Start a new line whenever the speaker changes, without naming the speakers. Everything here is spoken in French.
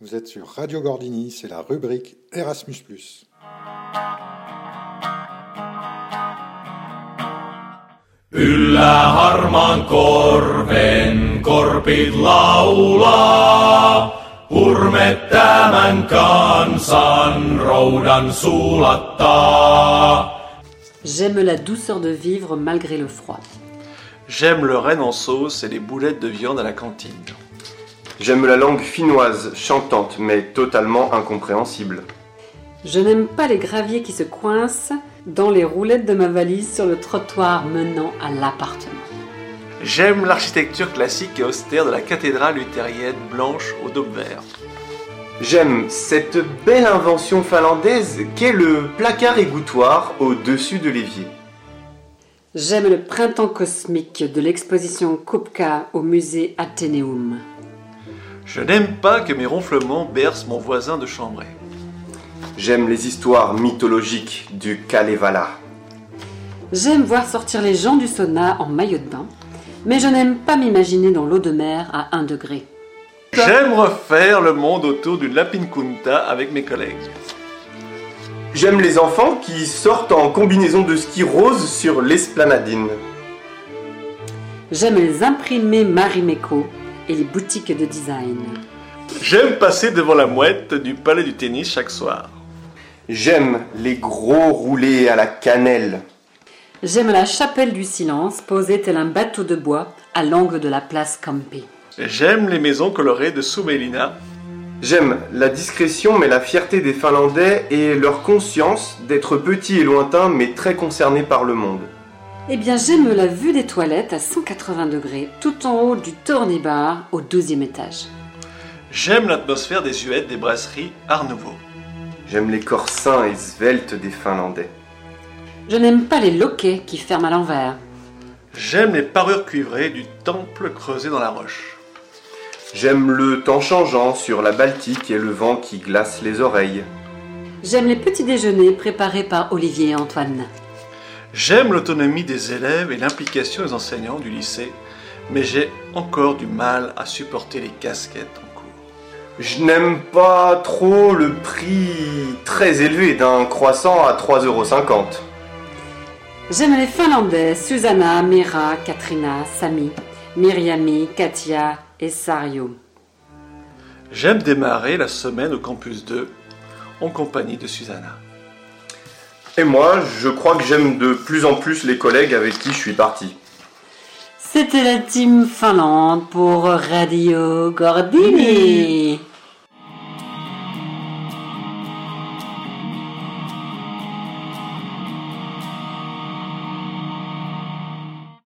Vous êtes sur Radio Gordini, c'est la rubrique Erasmus.
Yllä harmaan korven korpit laulaa. Hurme tämän kansan roudan sulattaa.
J'aime la douceur de vivre malgré le froid.
J'aime le renne en sauce et les boulettes de viande à la cantine.
J'aime la langue finnoise, chantante, mais totalement incompréhensible.
Je n'aime pas les graviers qui se coincent dans les roulettes de ma valise sur le trottoir menant à l'appartement.
J'aime l'architecture classique et austère de la cathédrale luthérienne blanche au dôme vert.
J'aime cette belle invention finlandaise qu'est le placard égouttoir au-dessus de l'évier.
J'aime le printemps cosmique de l'exposition Kupka au musée Athénéum.
Je n'aime pas que mes ronflements bercent mon voisin de chambrée.
J'aime les histoires mythologiques du Kalevala.
J'aime voir sortir les gens du sauna en maillot de bain, mais je n'aime pas m'imaginer dans l'eau de mer à 1 degré.
J'aime refaire le monde autour d'une lapine kunta avec mes collègues.
J'aime les enfants qui sortent en combinaison de ski rose sur l'esplanadine.
J'aime les imprimés Marimekko et les boutiques de design.
J'aime passer devant la mouette du palais du tennis chaque soir.
J'aime les gros roulés à la cannelle.
J'aime la chapelle du silence posée tel un bateau de bois à l'angle de la place Campé.
J'aime les maisons colorées de Soumelina.
J'aime la discrétion mais la fierté des Finlandais et leur conscience d'être petits et lointains mais très concernés par le monde.
Eh bien, j'aime la vue des toilettes à 180 degrés, tout en haut du Tornibar au 12e étage.
J'aime l'atmosphère des huettes des brasseries Art Nouveau.
J'aime les corps sains et sveltes des Finlandais.
Je n'aime pas les loquets qui ferment à l'envers.
J'aime les parures cuivrées du temple creusé dans la roche.
J'aime le temps changeant sur la Baltique et le vent qui glace les oreilles.
J'aime les petits déjeuners préparés par Olivier et Antoine.
J'aime l'autonomie des élèves et l'implication des enseignants du lycée, mais j'ai encore du mal à supporter les casquettes en cours.
Je n'aime pas trop le prix très élevé d'un croissant à 3,50€.
J'aime les Finlandais, Susanna, Mira, Katrina, Sami, Myriami, Katia et Sario.
J'aime démarrer la semaine au campus 2 en compagnie de Susanna.
Et moi, je crois que j'aime de plus en plus les collègues avec qui je suis parti.
C'était la team Finlande pour Radio Gordini.